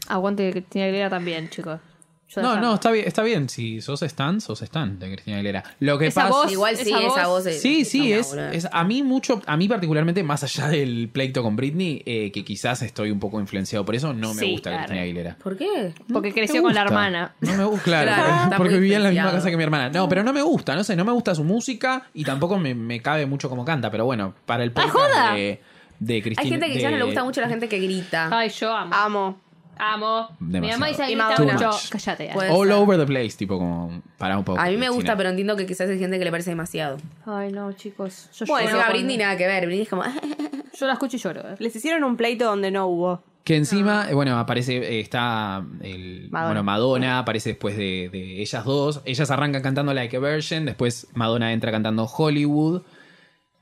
Aguante Cristina Aguilera también, chicos. Yo No, las no, amo. está bien, está bien. Si sos stan, sos stan de Cristina Aguilera. Lo que Esa pasa. voz- Igual sí, esa esa, voz- voz. es- Sí, sí, una es, boluda. es- a mí mucho, a mí particularmente, más allá del pleito con Britney, eh, que quizás estoy un poco influenciado por eso, no me Sí, gusta claro. Cristina Aguilera. ¿Por qué? Porque Me creció con la gusta. hermana. No me gusta, claro, Claro, porque- está porque muy vivía en la misma influenciado. Mm. casa que mi hermana. No, pero no me gusta, no sé, no me gusta su música y tampoco me, me cabe mucho como canta, pero bueno, para el podcast joda! de, de Cristina. Hay gente que ya no de- le gusta mucho la gente que grita. Ay, yo amo. Ah. Amo. Amo. Mi Demasiado. mamá dice Y grita Madonna. mucho. Too much. Cállate. Puede All ser. over the place, tipo como para un poco. A mí me gusta, Cristina. pero entiendo que quizás hay gente que le parece demasiado. Ay, no, chicos. Yo lloro Bueno, Bueno, a cuando- Britney nada que ver. Britney es como. Yo la escucho y lloro. eh. Les hicieron un pleito donde no hubo. Que encima, eh, bueno, aparece, eh, está el, Ah. Madonna. bueno, Madonna, aparece después de, de ellas dos. Ellas arrancan cantando Like a Virgin, después Madonna entra cantando Hollywood.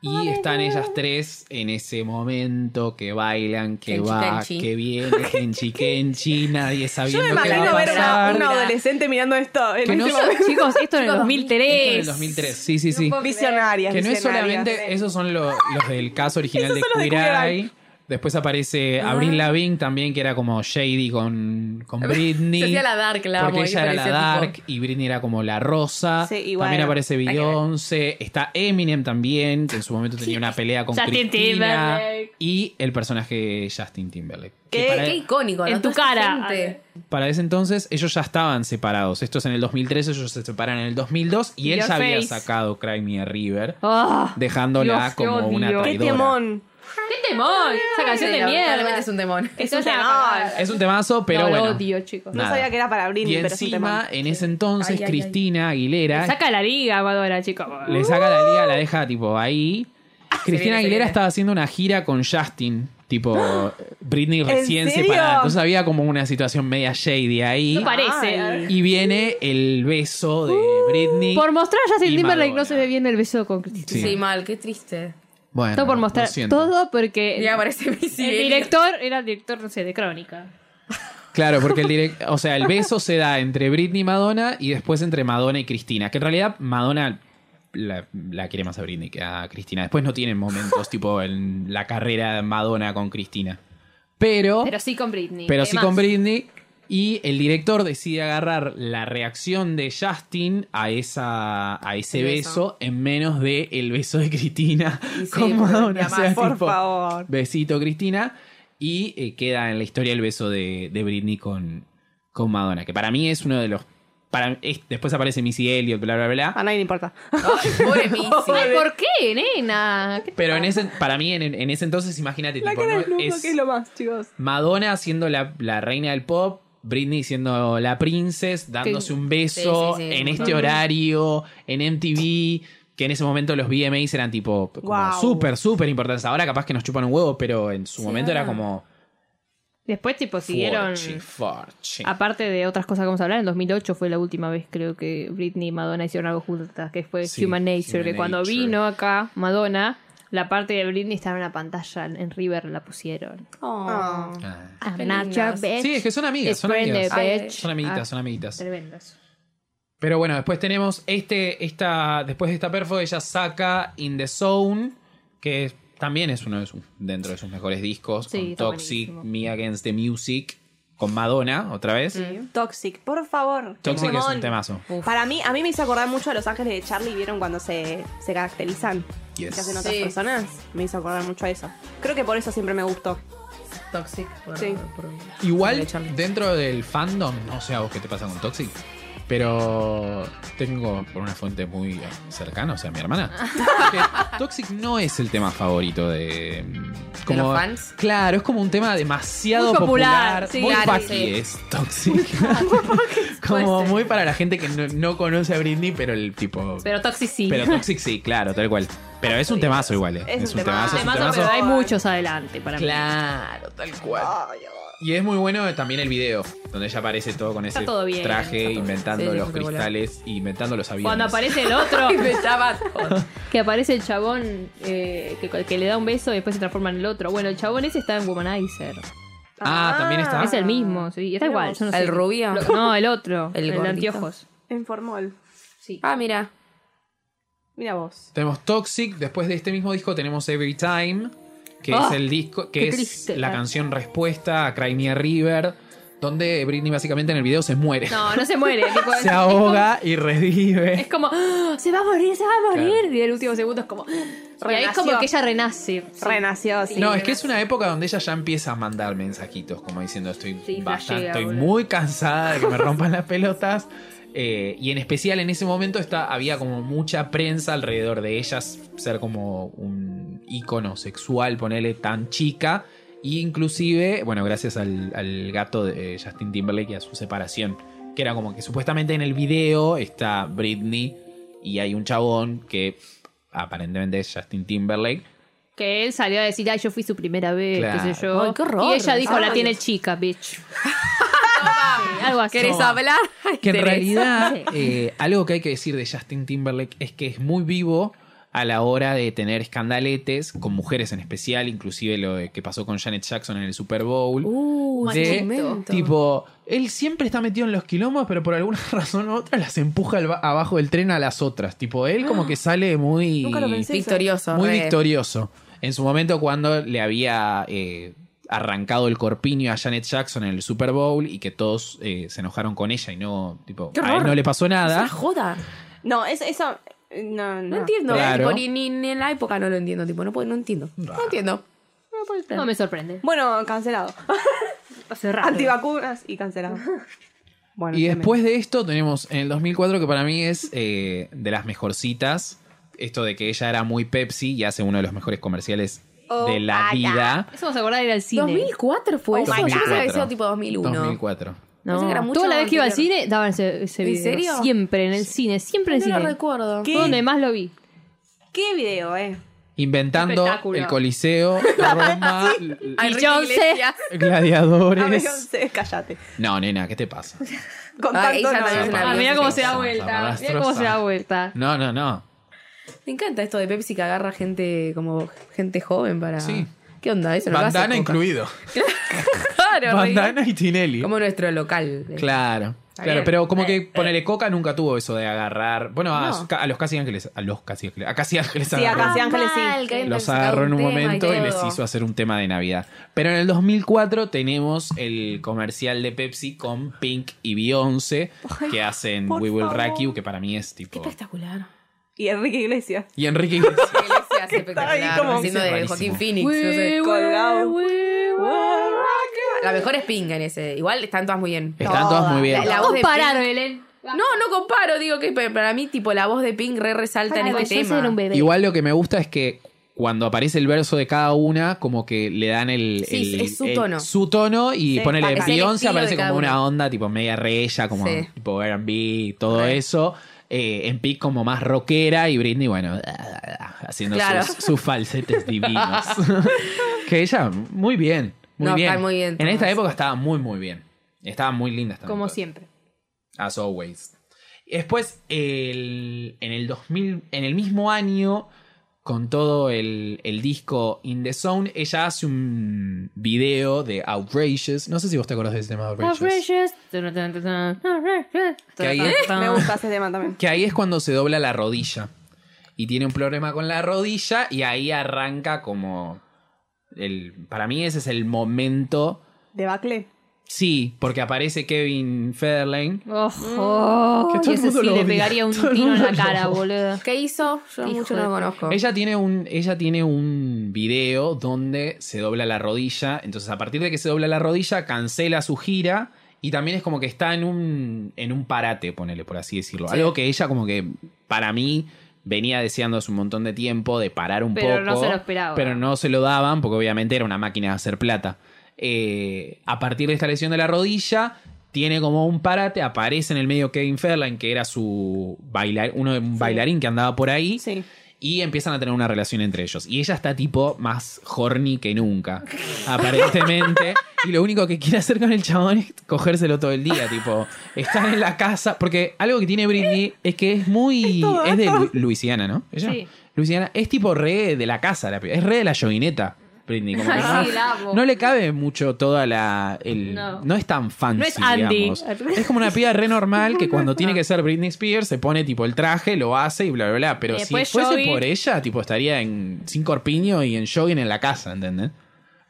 Y están ellas tres en ese momento que bailan, que Kenchi, va, kenchi. que viene, kenchi, kenchi, nadie Yo me sabiendo qué imagino va a ver a pasar. una, adolescente mirando esto en Que no este son- momento. Chicos, esto en el Chicos, 2003. Esto en el 2003, sí, sí, sí. Visionarias, Que no es visionarias. solamente, esos son lo- los del caso original Esos de son los de Queer Queer Ah. Eye. Después aparece Avril Lavigne también, que era como Shady con, con Britney. Se hacía la dark, la Porque amo, ella era la parecía dark tipo- y Britney era como la rosa. Sí, igual. También aparece que ver. Beyoncé. Está Eminem también, que en su momento tenía una pelea con Justin Cristina. Timberlake. Y el personaje de Justin Timberlake. Que ¿Qué? para, e-, Qué icónico. En ¿no? tu Toda esa cara. gente. para ese entonces ellos ya estaban separados. Esto es en el 2003, ellos se separan en el 2002 y él Your ya había face. sacado Cry Me a River. Ah, Dejándola Dios, qué como una odio. ¡Qué traidora. temón! ¡Qué temor! Esa canción Sí, de lamentablemente mierda. es un demonio. Eso un ya- temor. Es un temazo, pero No, lo bueno. odio, chicos. No Nada. sabía que era para Britney, Y pero es un temón. encima, en ese entonces, Ay, ay, ay. Cristina Aguilera Saca la liga, Madonna, chicos. le saca la liga, la deja tipo ahí. Cristina Ah, viene, se Aguilera viene. estaba haciendo una gira con Justin, tipo Britney recién serio? separada. Entonces había como una situación media shady ahí. No parece. Ay. Y viene el beso de Britney. Uh, Por mostrar a Y Justin Timberlake Madonna. no se ve bien el beso con Cristina. Sí. Sí. mal, qué triste. Bueno, Todo por lo mostrar siento. todo porque Y aparece el Missy. director era el director, no sé, de Crónica. Claro, porque el direct- o sea, el beso se da entre Britney y Madonna y después entre Madonna y Cristina. Que en realidad Madonna la, la quiere más a Britney que a Cristina. Después no tienen momentos tipo en la carrera de Madonna con Cristina. Pero, Pero Oh. pero, sí con Britney. sí con Britney. Y el director decide agarrar la reacción de Justin a, esa, a ese El beso. beso. en menos de el beso de Cristina Y sí, con porque Madonna. te O sea, amás, Por tipo, favor. Besito, Cristina. Y eh, queda en la historia el beso de, de Britney con, con Madonna, que para mí es uno de los. Para, es- después aparece Missy Elliott, bla, bla, A bla. nadie le importa. Pobre Missy. Ay, ¿por qué, nena? ¿Qué- Pero en ese, para mí, en, en ese entonces, imagínate, La tipo, cara ¿no? de Snoop Dogg es es lo más, chicos. Madonna siendo la, la reina del pop, Britney siendo la princess, dándose un beso Sí, sí, sí, en un este horario, en MTV. Que en ese momento los VMAs eran tipo como Guau. súper, súper importantes. Ahora capaz que nos chupan un huevo, pero en su momento era como. Después, tipo, siguieron. Forche, forche. Aparte de otras cosas que vamos a hablar, en 2008 fue la última vez creo que Britney y Madonna hicieron algo juntas, que fue Sí, Human Nature, Human que cuando Nature. vino acá Madonna la parte de Britney estaba en la pantalla, en River la pusieron. Oh. Ah. I'm Qué not your lindas. bitch. Sí, es que son amigas, son Friend amigas. of Ay, bitch. Son amiguitas, son Ah, amiguitas. Tremendos. Pero bueno, después tenemos este, esta, después de esta perfo, ella saca In the Zone, que es- también es uno de sus, dentro de sus mejores discos, Sí, con está Toxic, buenísimo. Me Against the Music, con Madonna, otra vez. Mm. Toxic, por favor. qué Toxic es temón. un temazo. Para mí, a mí me hizo acordar mucho a Los Ángeles de Charlie, ¿vieron cuando se, se caracterizan? Yes. Que hacen otras Sí. personas. Me hizo acordar mucho a eso. Creo que por eso siempre me gustó. Toxic. por- Sí. por- Igual, por Charlie. dentro del fandom, no sé a vos qué te pasa con Toxic, pero tengo por una fuente muy cercana, o sea, mi hermana, que Toxic no es el tema favorito de... mm, los fans? Claro, es como un tema demasiado Muy popular, popular, sí, muy claro, faki sí. es Toxic. como ser. muy para la gente que no, no conoce a Britney, pero el tipo... Pero, Pero Toxic sí. Toxic sí, claro, tal cual. Pero es un temazo igual, eh. Es es, un un temazo, es un Temazo, temazo. pero hay muchos adelante para mí. Claro, tal cual. Y es muy bueno también el video, donde ella aparece todo con ese Está todo bien, traje, está todo inventando bien. Sí, los sí, espectacular. cristales, y inventando los aviones. Cuando aparece el otro, Inventaba todo. que aparece el chabón eh, que, que le da un beso y después se transforma en el otro. Bueno, el chabón ese está en Womanizer. Ah, también está. Es el mismo, sí. Está igual. yo no ¿El sé. rubio? Lo- No, el otro. ¿El El, de gordito? anteojos. En formol. Ah, mira. Mira vos. Tenemos Toxic, después de este mismo disco tenemos Every Time, que Ah, es el disco, que qué es triste. eh. la canción respuesta a Cry Me a River, donde Britney básicamente en el video se muere. No, no se muere. tipo, se ahoga y revive. Es como, "Ah, se va a morir, se va a morir. Claro. Y en el último segundo es como, "Ah". y ahí es Renació. como que ella renace. Sí. Renació, sí. No, es que es una época donde ella ya empieza a mandar mensajitos, como diciendo estoy Sí, bastante, flashea, estoy boludo. muy cansada de que me rompan las pelotas. Eh, y en especial en ese momento está, había como mucha prensa alrededor de ellas ser como un ícono sexual, ponerle tan chica. Y inclusive, bueno, gracias al, al gato de eh, Justin Timberlake y a su separación. Que era como que supuestamente en el video está Britney y hay un chabón que aparentemente es Justin Timberlake. Que él salió a decir, ay, yo fui su primera vez, qué Claro. sé yo. Ay, qué horror. Y ella dijo, Ay. la tiene chica, bitch. Sí, algo así. ¿Querés hablar? Ay, Que en Teresa. realidad, Sí. eh, algo que hay que decir de Justin Timberlake es que es muy vivo a la hora de tener escandaletes con mujeres en especial, inclusive lo de que pasó con Janet Jackson en el Super Bowl. Uh, de- ese momento. Tipo, él siempre está metido en los quilombos, pero por alguna razón u otra las empuja al ba- abajo del tren a las otras. Tipo, él como que sale muy... Ah. Nunca lo pensé. Victorioso. Muy re. victorioso. En su momento, cuando le había eh, arrancado el corpiño a Janet Jackson en el Super Bowl y que todos eh, se enojaron con ella y no, tipo, ¡Qué a él horror! no le pasó Es nada. una joda. No, es- eso. eh, No, no. No entiendo. Claro. Tipo, ni, ni- ni en la época no lo entiendo. Tipo, no, puedo- no entiendo. No entiendo. No me sorprende. Bueno, cancelado. Hace rato. Antivacunas y cancelado. Bueno, Y tremendo. después de esto tenemos en el 2004 que para mí es eh, de las mejorcitas. Esto de que ella era muy Pepsi y hace uno de los mejores comerciales de la vida. Eso nos acordaba de ir al cine. 2004 fue Oh, eso. Yo pensaba que había sido tipo 2001. 2004 No. Pensé que era mucho Toda la vez que iba al anterior. cine, daban ese, ese ¿En video. serio? Siempre en el cine, siempre en el No lo cine. recuerdo. Fue donde más lo vi. ¿Qué video, eh? Inventando Espectáculo. el Coliseo, Roma, l- Ay, Enrique Beyoncé. Iglesias. A gladiadores. Beyoncé, cállate. No, nena, ¿qué te pasa? Con Ay, tanto ella no. también es una Ah, mira Beyoncé. cómo se da Zafa, vuelta. Mira zapadastrosa. cómo se da vuelta. No, no, no. Me encanta esto de Pepsi que agarra gente como gente joven para. Sí. ¿Qué onda? Eso no lo hace Bandana Coca. incluido. Claro, re bien. Bandana y Tinelli. Como nuestro local. de- Claro. Claro, bien. pero como que ponele coca nunca tuvo eso de agarrar. Bueno, a, su- a los casi ángeles. A los casi ángeles. A casi ángeles Sí, a agarró. Casi Ángeles sí. Mal, que habían Los sacado agarró en un tema momento y, todo. les hizo hacer un tema de Navidad. Pero en el 2004 tenemos el comercial de Pepsi con Pink y Beyoncé que hacen por We Will favor. Rack You, que para mí es tipo. Espectacular. Y Enrique Iglesias. Y Enrique Iglesias. Iglesias ahí espectacular. como- haciendo Ese es de rarísimo. Joaquín Phoenix. no sé. Colgado. Ah. La mejor es Pinga en ese. Igual están todas muy bien. Están todas muy bien. La- la- voz de Compararon, Belén. No, no comparo, digo que pa- para mí, tipo, la voz de Pink re resalta en este tema. un bebé. Igual lo que me gusta es que cuando aparece el verso de cada una, como que le dan el. Sí, el- es su el- tono. su tono y Sí, ponele es el Beyoncé, estilo aparece de cada como una una. onda tipo media re ella, como Sí. tipo RB, todo Re. eso. Eh, en Pic como más rockera y Britney, bueno, haciendo Claro. sus, sus falsetes divinos. que ella, muy bien. Muy No, bien. está muy bien, En esta Tomás. época estaba muy, muy bien. Estaba muy linda. esta Como nota. siempre. As always. Después, el- en el 2000, en el mismo año, con todo el, el disco In the Zone, ella hace un video de Outrageous. No sé si vos te acordás de ese tema Outrageous. Outrageous. Tun, tun, tun, tun. Outrageous. Que ahí- Tun, tun, Me tun. gusta ese tema también. Que ahí es cuando se dobla la rodilla. Y tiene un problema con la rodilla y ahí arranca como... El, para mí ese es el momento... Debacle. Sí, porque aparece Kevin Federline Ojo. Mm. Que todo el Y ese mundo sí lo le odia. pegaría un Todo el tiro en la mundo lo cara, odia. boludo. ¿Qué hizo? Yo Hijo mucho de no lo puta. conozco. Ella tiene un, ella tiene un video donde se dobla la rodilla. Entonces, a partir de que se dobla la rodilla, cancela su gira. Y también es como que está en un, en un parate, ponele, por así decirlo. Algo que ella, como que para mí, venía deseando hace un montón de tiempo de parar un Pero poco. no se lo esperaba. Pero no se lo daban, porque obviamente era una máquina de hacer plata. Eh, a partir de esta lesión de la rodilla, tiene como un parate. Aparece en el medio Kevin Federline, que era su bailar, uno de un bailarín que andaba por ahí. Sí. Y empiezan a tener una relación entre ellos. Y ella está tipo más horny que nunca, aparentemente. Y lo único que quiere hacer con el chabón es cogérselo todo el día. Tipo, están en la casa. Porque algo que tiene Britney es que es muy. Es, de Lu- Luisiana, ¿no? Ella. Sí. Luisiana. Es tipo re de la casa, la piba. es re de la llovineta. Britney, como que Ay, no, sí, la amo. no le cabe mucho toda la. el- no. No. es tan fancy. No es Andy. digamos. Es como una piba re normal que cuando tiene que ser Britney Spears se pone tipo el traje, lo hace y bla, bla, bla. Eh, Pero Y si después fuese jogging. por ella, tipo estaría en, sin corpiño y en jogging en la casa, ¿entendés?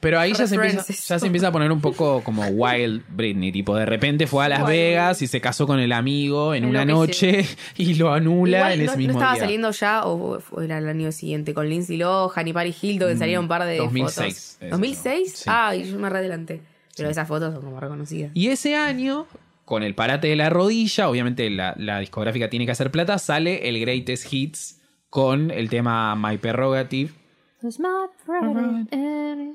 Pero ahí ya se, empieza, References. ya se empieza a poner un poco como wild Britney. Tipo, de repente fue a Las Vegas y se casó con el amigo en una Enloqueció. noche y lo anula Igual en no- ese no, mismo estaba día. saliendo ya, o, o era el año siguiente, con Lindsay Lohan y Paris Hilton, Mm, que salieron un par de 2006 fotos. es ¿2006? eso, sí. Ay, yo me re adelanté. Pero esas fotos son como reconocidas. Y ese año, con el parate de la rodilla, obviamente la, la discográfica tiene que hacer plata, sale el Greatest Hits con el tema My Prerogative, It's my prerogative.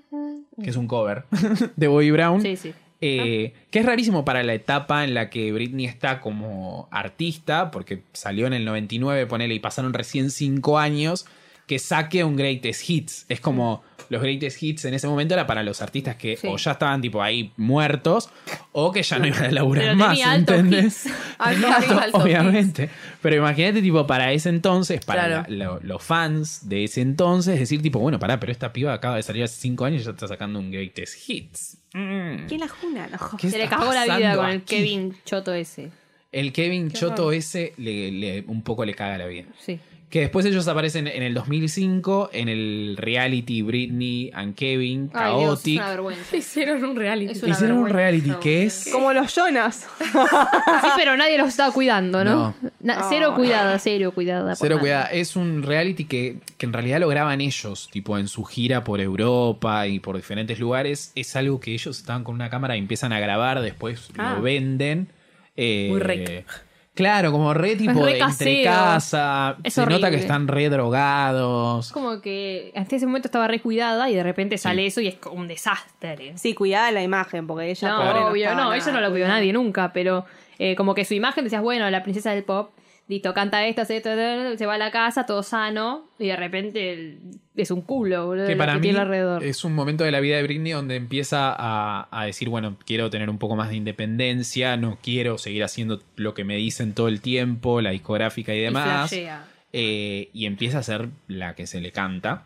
que es un cover de Bobby Brown. Sí, sí. Eh, Que es rarísimo para la etapa en la que Britney está como artista, porque salió en el 99, ponele, y pasaron recién 5 años, que saque un Greatest Hits. Es como los Greatest Hits en ese momento era para los artistas que Sí. o ya estaban tipo ahí muertos, o que ya no iban a laburar Pero más, tenía altos ¿entendés? hits. Tenía claro, altos, altos obviamente. Pero imagínate, tipo, para ese entonces, para Claro. la- lo- los fans de ese entonces, decir, tipo, bueno, pará, pero esta piba acaba de salir hace 5 años y ya está sacando un Greatest Hits. Mm. ¿Quién la juna? No. ¿Qué Se le está cagó la vida pasando con el aquí? Kevin Choto ese. El Kevin Choto ese le, le- un poco le caga la vida. Sí. Que después ellos aparecen en el 2005 en el reality Britney and Kevin, Ay, Dios, es Chaotic. una vergüenza. Hicieron un reality. Es una Hicieron un vergüenza. reality que es... Como los Jonas. Sí, pero nadie los estaba cuidando, ¿no? No. Na- cero cuidada, cero cuidada. por Cero nada. cuidado. Es un reality que, que en realidad lo graban ellos, tipo en su gira por Europa y por diferentes lugares. Es algo que ellos estaban con una cámara y empiezan a grabar, después Ah. lo venden. Eh, Muy rec. Claro, como re tipo re de entre casero. casa. Es se nota que horrible. están re drogados. Es como que hasta ese momento estaba re cuidada y de repente sale eso y es como un desastre. Sí, cuidada la imagen, porque ella. No, pobre, obvio, estaba no, nada eso no lo cuidó nadie nunca, pero eh, como que su imagen decías, bueno, la princesa del pop, listo, canta esto, hace esto, se va a la casa, todo sano, y de repente el- es un culo, boludo, que lo para que mí tiene alrededor. es un momento de la vida de Britney donde empieza a, a decir, bueno, quiero tener un poco más de independencia, no quiero seguir haciendo lo que me dicen todo el tiempo, la discográfica y Y demás. flashea. eh, y empieza a ser la que se le canta.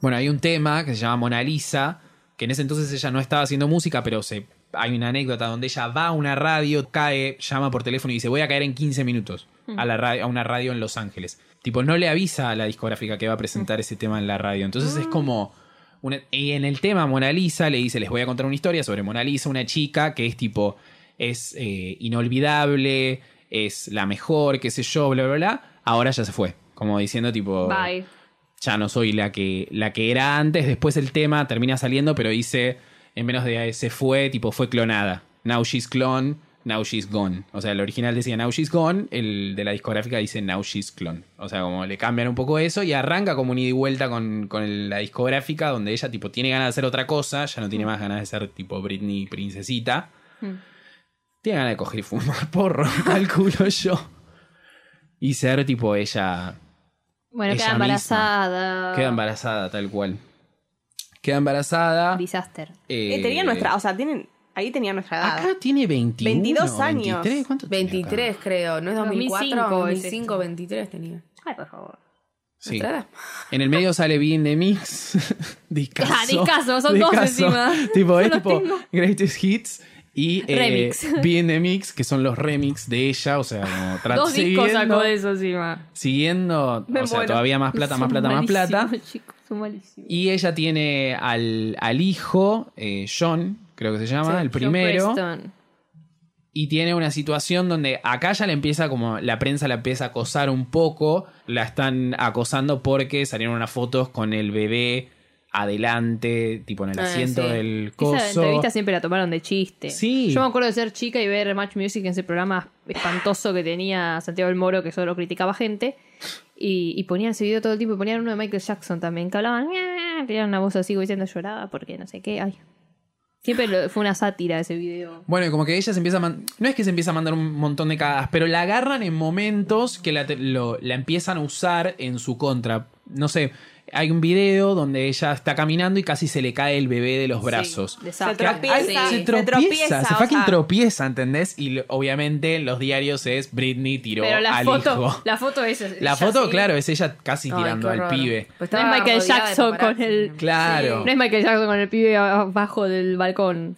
Bueno, hay un tema que se llama Mona Lisa, que en ese entonces ella no estaba haciendo música, pero se, hay una anécdota donde ella va a una radio, cae, llama por teléfono y dice, voy a caer en 15 minutos a, la radio, a una radio en Los Ángeles. Tipo, no le avisa a la discográfica que va a presentar ese tema en la radio. Entonces es como... una- y en el tema Mona Lisa le dice, les voy a contar una historia sobre Mona Lisa, una chica que es tipo, es eh, inolvidable, es la mejor, qué sé yo, bla, bla, bla. Ahora ya se fue. Como diciendo tipo Bye. ya no soy la que, la que era antes. Después el tema termina saliendo, pero dice, en menos de se fue, tipo, fue clonada. Now she's clone, now she's gone. O sea, el original decía now she's gone, el de la discográfica dice now she's clone. O sea, como le cambian un poco eso y arranca como un ida y vuelta con, con el- la discográfica, donde ella, tipo, tiene ganas de hacer otra cosa, ya no tiene más ganas de ser, tipo, Britney princesita. Tiene ganas de coger y fumar porro, calculo yo. Y ser, tipo, ella Bueno, ella queda misma. embarazada. Queda embarazada, tal cual. Queda embarazada. Disaster. eh, Eh, tenía nuestra. O sea, tienen. Ahí tenía nuestra edad. Acá tiene 21, 22 años. 23, ¿cuánto tiene acá? 23 creo, ¿no es 2004? 2005 2005, es esto. 23 tenía. Ay, por favor. Sí. En el medio sale Being the Mix. discaso. Ah, discaso, son dos encima. Tipo, No es los tipo tengo. Greatest Hits y eh, Remix. Be in the Mix, que son los remix de ella. O sea, como tra- Dos discos sacó siguiendo- de eso encima. Siguiendo, Me o sea, muero. todavía más plata, más Son plata, más plata. malísimos, chicos, son malísimos. Y ella tiene al, al hijo, eh, John, creo que se llama, el primero. John Preston. y tiene una situación donde acá ya le empieza como la prensa la empieza a acosar un poco, la están acosando porque salieron unas fotos con el bebé adelante, tipo en el Ah, asiento sí. del Esa coso. entrevista siempre la tomaron de chiste. Sí. Yo me acuerdo de ser chica y ver Match Music en ese programa espantoso que tenía Santiago del Moro, que solo criticaba gente. Y, y ponían ese video todo el tiempo. Y ponían uno de Michael Jackson también, que hablaban. "Nyeh", Tenían una voz así, como diciendo lloraba porque no sé qué. Ay. Siempre lo- fue una sátira ese video. Bueno, y como que ella se empieza a man- No es que se empieza a mandar un montón de cagadas, pero la agarran en momentos que la, te- lo- la empiezan a usar en su contra. No sé, hay un video donde ella está caminando y casi se le cae el bebé de los brazos. Sí, desastre. Se tropieza. Ay, Sí. se tropieza, se tropieza, o fucking sea. tropieza, ¿entendés? Y lo- obviamente en los diarios es Britney tiró Pero la al foto, hijo. la foto es. La ella foto, así. claro, es ella casi Ay, tirando qué al horror. pibe. Pues No es estaba Michael rodeada de Jackson paparazzi. con el- Claro. No es Michael Jackson con el pibe abajo del balcón.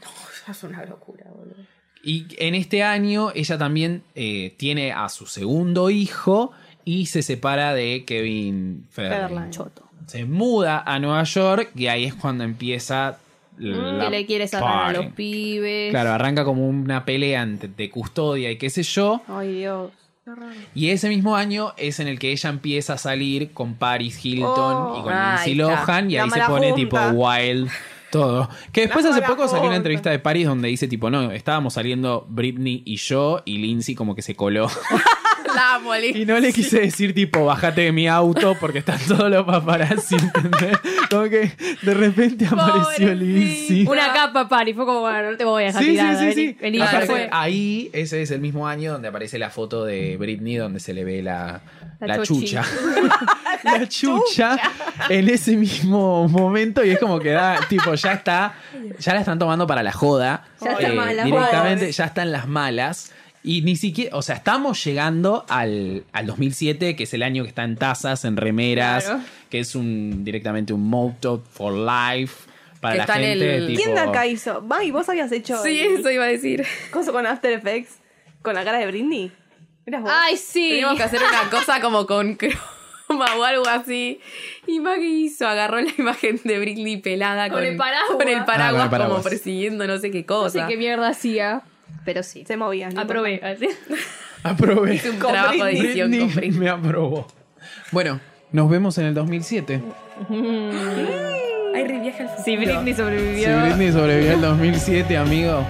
Es una locura, boludo. Y en este año ella también eh, tiene a su segundo hijo y se separa de Kevin Federline. Choto. Se muda a Nueva York y ahí es cuando empieza la que Mm, le quiere sacar a party. los pibes. Claro, arranca como una pelea ante- de custodia y qué sé yo. Ay, Dios. Y ese mismo año es en el que ella empieza a salir con Paris Hilton Oh, y con ahí Lindsay está. Lohan y La ahí se mala pone junta. tipo wild todo. Que después hace mala poco salió una junta. entrevista de Paris donde dice tipo, no, estábamos saliendo Britney y yo y Lindsay como que se coló. La amo, Liz. Y no le quise decir tipo, bájate de mi auto porque están todos los paparazzi, ¿entendés? Como que de repente apareció Lindsay. Una capa, pari. Fue como, bueno, no te voy a dejar Sí, tirada. sí, sí, sí. "Ah". vení, vení, ya Aparte, fue. ahí, ese es el mismo año donde aparece la foto de Britney donde se le ve la, La la chochi. chucha. la chucha en ese mismo momento y es como que da, tipo, ya está, ya la están tomando para la joda. Eh, Ya está mala. Directamente, ya están las malas. Y ni siquiera, o sea, estamos llegando al, al 2007, que es el año que está en tazas, en remeras, Claro. que es un directamente un motto for life para Que la está en gente. el- tipo- Ah, ¿Quién de acá hizo? May, vos habías hecho Sí, el eso iba a decir. coso con After Effects con la cara de Britney. Eras vos. Ay, sí. Teníamos que hacer una cosa como con croma o algo así. ¿Y más que hizo? Agarró la imagen de Britney pelada Con con, el paraguas. con el paraguas Ah, con el paraguas. como persiguiendo no sé qué No cosa. sé qué mierda hacía, pero sí. Se movían. ¿no? Aprobé. Aprobé. Un trabajo de Britney edición con Britney. me aprobó. Bueno, nos vemos en el 2007. Ay, reviaje al futuro. Si Britney Si sobrevivió. Britney sobrevivió al 2007, amigo.